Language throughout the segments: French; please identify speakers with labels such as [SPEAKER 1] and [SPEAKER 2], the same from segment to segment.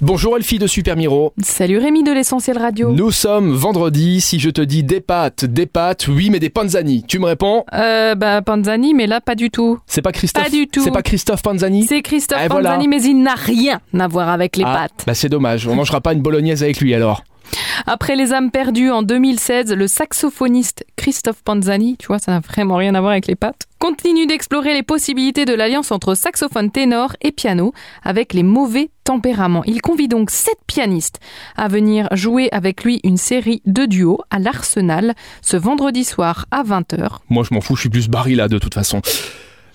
[SPEAKER 1] Bonjour Elfie de Super Miro.
[SPEAKER 2] Salut Rémi de l'Essentiel Radio.
[SPEAKER 1] Nous sommes vendredi. Si je te dis des pâtes, des pâtes, oui, mais des panzani, tu me réponds
[SPEAKER 2] Euh, bah, Panzani, mais là, pas du tout.
[SPEAKER 1] C'est pas Christophe
[SPEAKER 2] Pas du tout.
[SPEAKER 1] C'est pas Christophe Panzani
[SPEAKER 2] C'est Christophe
[SPEAKER 1] Eh,
[SPEAKER 2] Panzani,
[SPEAKER 1] voilà.
[SPEAKER 2] mais il n'a rien à voir avec les
[SPEAKER 1] Ah,
[SPEAKER 2] pâtes.
[SPEAKER 1] Bah c'est dommage. On mangera pas une bolognaise avec lui alors.
[SPEAKER 2] Après Les âmes perdues en 2016, le saxophoniste Christophe Panzani, tu vois, ça n'a vraiment rien à voir avec les pâtes, continue d'explorer les possibilités de l'alliance entre saxophone ténor et piano avec les mauvais tempéraments. Il convie donc sept pianistes à venir jouer avec lui une série de duos à l'Arsenal ce vendredi soir à 20h.
[SPEAKER 1] Moi je m'en fous. Je suis plus Barry là de toute façon.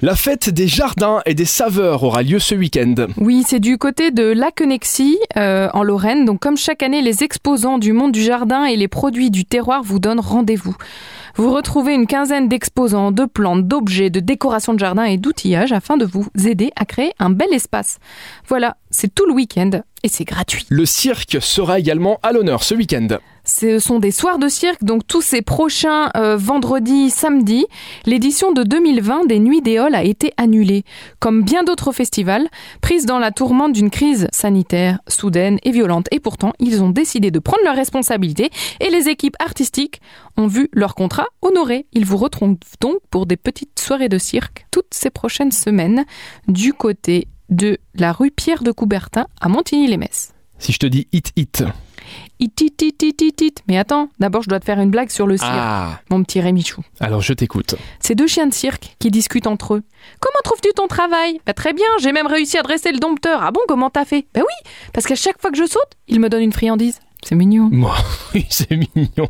[SPEAKER 1] La fête des jardins et des saveurs aura lieu ce week-end.
[SPEAKER 2] Oui, c'est du côté de La Connexie, euh, en Lorraine. Donc, comme chaque année, les exposants du monde du jardin et les produits du terroir vous donnent rendez-vous. Vous retrouvez une quinzaine d'exposants, de plantes, d'objets, de décorations de jardin et d'outillage afin de vous aider à créer un bel espace. Voilà, c'est tout le week-end et c'est gratuit.
[SPEAKER 1] Le cirque sera également à l'honneur ce week-end.
[SPEAKER 2] Ce sont des soirs de cirque, donc tous ces prochains euh, vendredis, samedis, l'édition de 2020 des Nuits des Halles a été annulée. Comme bien d'autres festivals, prise dans la tourmente d'une crise sanitaire soudaine et violente. Et pourtant, ils ont décidé de prendre leurs responsabilités et les équipes artistiques ont vu leur contrat honoré. Ils vous retrouvent donc pour des petites soirées de cirque toutes ces prochaines semaines du côté de la rue Pierre de Coubertin à Montigny-les-Messes.
[SPEAKER 1] Si je te dis hit hit.
[SPEAKER 2] It, it, it, it, it, it. Mais attends, d'abord je dois te faire une blague sur le cirque,
[SPEAKER 1] Ah.
[SPEAKER 2] mon petit Rémichou.
[SPEAKER 1] Alors je t'écoute.
[SPEAKER 2] C'est deux chiens de cirque qui discutent entre eux. Comment trouves-tu ton travail Bah très bien, j'ai même réussi à dresser le dompteur. Ah bon, comment t'as fait Bah oui, parce qu'à chaque fois que je saute, il me donne une friandise. C'est mignon.
[SPEAKER 1] Moi, oui, c'est mignon.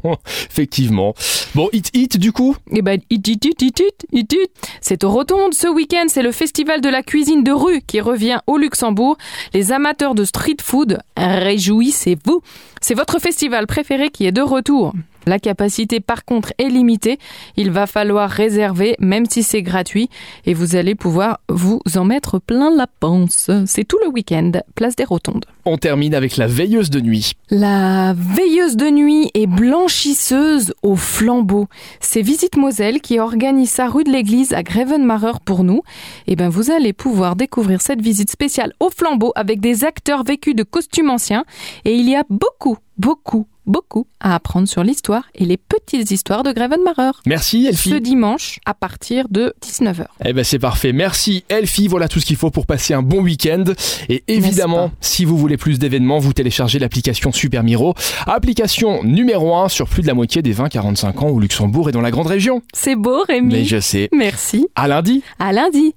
[SPEAKER 1] Effectivement. Bon, hit hit du coup.
[SPEAKER 2] Eh ben, it, it, it, it, it, it, it. c'est au Rotonde ce week-end, c'est le festival de la cuisine de rue qui revient au Luxembourg. Les amateurs de street food, réjouissez-vous. C'est votre festival préféré qui est de retour. La capacité par contre est limitée, il va falloir réserver même si c'est gratuit et vous allez pouvoir vous en mettre plein la panse. C'est tout le week-end, place des Rotondes.
[SPEAKER 1] On termine avec la veilleuse de nuit.
[SPEAKER 2] La veilleuse de nuit et blanchisseuse au flambeau. C'est Visite Moselle qui organise sa rue de l'église à Grevenmacher pour nous. Et ben vous allez pouvoir découvrir cette visite spéciale au flambeau avec des acteurs vécus de costumes anciens. Et il y a beaucoup, beaucoup, beaucoup à apprendre sur l'histoire et les petites histoires de Grevenmacher.
[SPEAKER 1] Merci Elfie.
[SPEAKER 2] Ce dimanche à partir de 19h.
[SPEAKER 1] Eh ben c'est parfait. Merci Elfie. Voilà tout ce qu'il faut pour passer un bon week-end. Et évidemment, si vous voulez plus d'événements, vous téléchargez l'application Super Miro. Application numéro 1 sur plus de la moitié des 20-45 ans au Luxembourg et dans la grande région.
[SPEAKER 2] C'est beau Rémi.
[SPEAKER 1] Mais je sais.
[SPEAKER 2] Merci.
[SPEAKER 1] À lundi.
[SPEAKER 2] À lundi.